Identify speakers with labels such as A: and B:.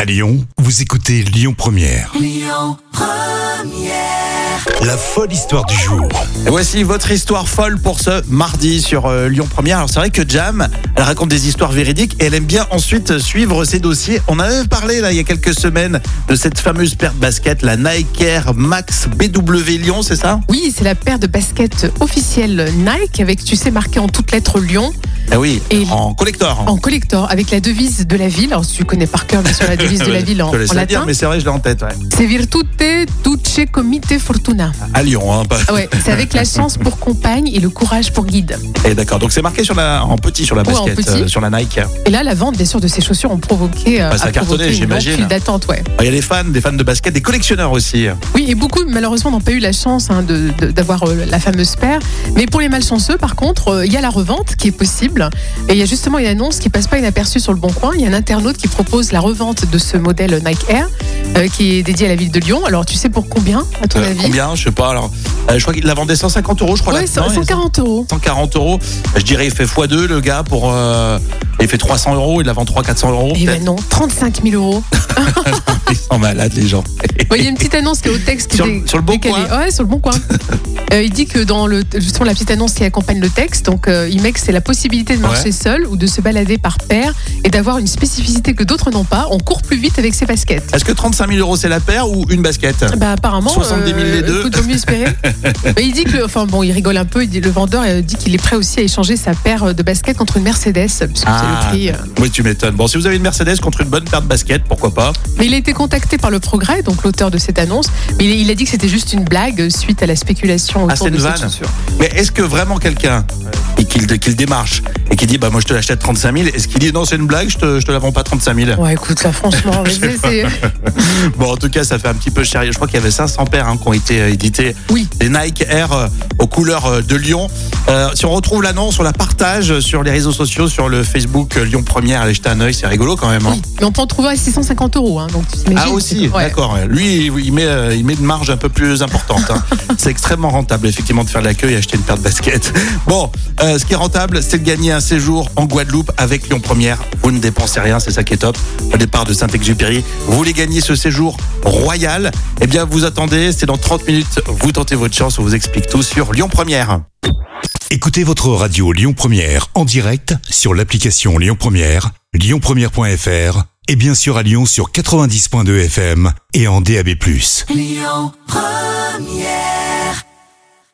A: À Lyon, vous écoutez Lyon Première. Lyon Première. La folle histoire du jour.
B: Et Voici votre histoire folle pour ce mardi sur euh, Lyon Première. Alors c'est vrai que Jam, elle raconte des histoires véridiques et elle aime bien ensuite suivre ces dossiers. On en avait parlé là il y a quelques semaines de cette fameuse paire de baskets, la Nike Air Max BW Lyon, c'est ça
C: Oui, c'est la paire de baskets officielle Nike avec, tu sais, marqué en toutes lettres Lyon
B: Ah oui,
C: Et-
B: en collector. hein.
C: en collector avec la devise de la ville. Alors, tu connais par cœur bien sûr la devise de la ville en,
B: Je te laisse
C: en
B: la dire,
C: latin.
B: mais c'est vrai, je l'ai en tête. ouais.
C: C'est Virtute Tuce Comite Fortuna.
B: À Lyon, hein, pas-
C: Ah ouais, c'est avec la chance pour compagne et le courage pour guide.
B: Et Eh, d'accord. Donc c'est marqué sur la, en petit sur la
C: Ouais, en
B: basket,
C: petit.
B: euh, sur la Nike.
C: Et là, la vente, bien sûr, de ces chaussures ont provoqué, euh,
B: Bah, ça a
C: a provoqué
B: cartonné,
C: une longue
B: j'imagine.
C: file d'attente, ouais.
B: Il y a des fans, des fans de basket, des collectionneurs aussi.
C: Oui, et beaucoup, malheureusement, n'ont pas eu la chance hein, de- de- d'avoir euh, la fameuse paire. Mais pour les malchanceux, par contre, euh, il y a la revente qui est possible. Et il y a justement une annonce qui passe pas inaperçue sur le Bon Coin. Il y a un internaute qui propose la revente de ce modèle Nike Air euh, qui est dédié à la ville de Lyon. Alors, tu sais pour combien, à ton
B: Euh,
C: avis
B: combien Je sais pas. Alors, euh, je crois qu'il la vendait 150 euros, je crois.
C: Ouais,
B: là-dedans, et
C: 140 euros.
B: 140 euros. Je dirais, il fait x2 le gars pour. euh, il fait 300 euros, il la vend 300-400 euros.
C: Et
B: peut-être.
C: ben non, 35 000 euros.
B: Ils sont malades, les gens.
C: Ouais, Il y a une petite annonce qui est au texte qui
B: Sur-
C: est dé-
B: sur le Bon
C: décalée.
B: Coin.
C: Ouais, sur le bon coin. Euh, il dit que dans le, justement, la petite annonce qui accompagne le texte, donc euh, IMEX, c'est la possibilité de marcher seul ou de se balader par paire et d'avoir une spécificité que d'autres n'ont pas. On court plus vite avec ses baskets.
B: Est-ce que 35 000 euros, c'est la paire ou une basket
C: Bah, apparemment,
B: 70 000 les deux.
C: écoute, vaut mieux espérer. Mais il dit que, le- enfin bon, il rigole un peu. Il dit, le vendeur euh, dit qu'il est prêt aussi à échanger sa paire euh, de baskets contre une Mercedes, parce que
B: Ah.
C: c'est le prix. euh,
B: Oui, tu m'étonnes. Bon, si vous avez une Mercedes contre une bonne paire de baskets, pourquoi pas
C: Mais il a été contacté par le Progrès, donc l'auteur de cette annonce. Mais il, il a dit que c'était juste une blague euh, suite à la spéculation
B: Ah,
C: autour
B: c'est
C: de
B: une
C: cette
B: vanne.
C: chaussure.
B: Mais est-ce que vraiment quelqu'un et qu'il qu'il démarche et qui dit bah moi je te l'achète 35 000 est-ce qu'il dit non c'est une blague je te, je te la vends pas 35 000
C: Ouais, écoute, là, franchement, c'est- c'est-
B: bon en tout cas ça fait un petit peu cher je crois qu'il y avait 500 paires hein, qui ont été euh, éditées
C: Oui.
B: des Nike Air euh, aux couleurs euh, de Lyon Euh, si on retrouve l'annonce on la partage sur les réseaux sociaux sur le Facebook euh, Lyon Première allez jeter un œil c'est rigolo quand même hein.
C: oui. Mais on peut en trouver à 650 euros, hein, donc tu t'imagines,
B: Ah aussi,
C: c'est- ouais.
B: d'accord. ouais. Lui, il- il met, euh, il met une marge un peu plus importante. hein. c'est extrêmement rentable, effectivement, de faire de l'accueil et acheter une paire de baskets. Bon, euh, ce qui est rentable, c'est de gagner un séjour en Guadeloupe avec Lyon Première. Vous ne dépensez rien, c'est ça qui est top. Au départ de Saint-Exupéry, vous voulez gagner ce séjour royal Eh bien, vous attendez, c'est dans 30 minutes. Vous tentez votre chance, on vous explique tout sur Lyon Première.
A: Écoutez votre radio Lyon Première en direct sur l'application Lyon Première, lyonpremière.fr et bien sûr à Lyon sur 90.2 FM et en DAB+.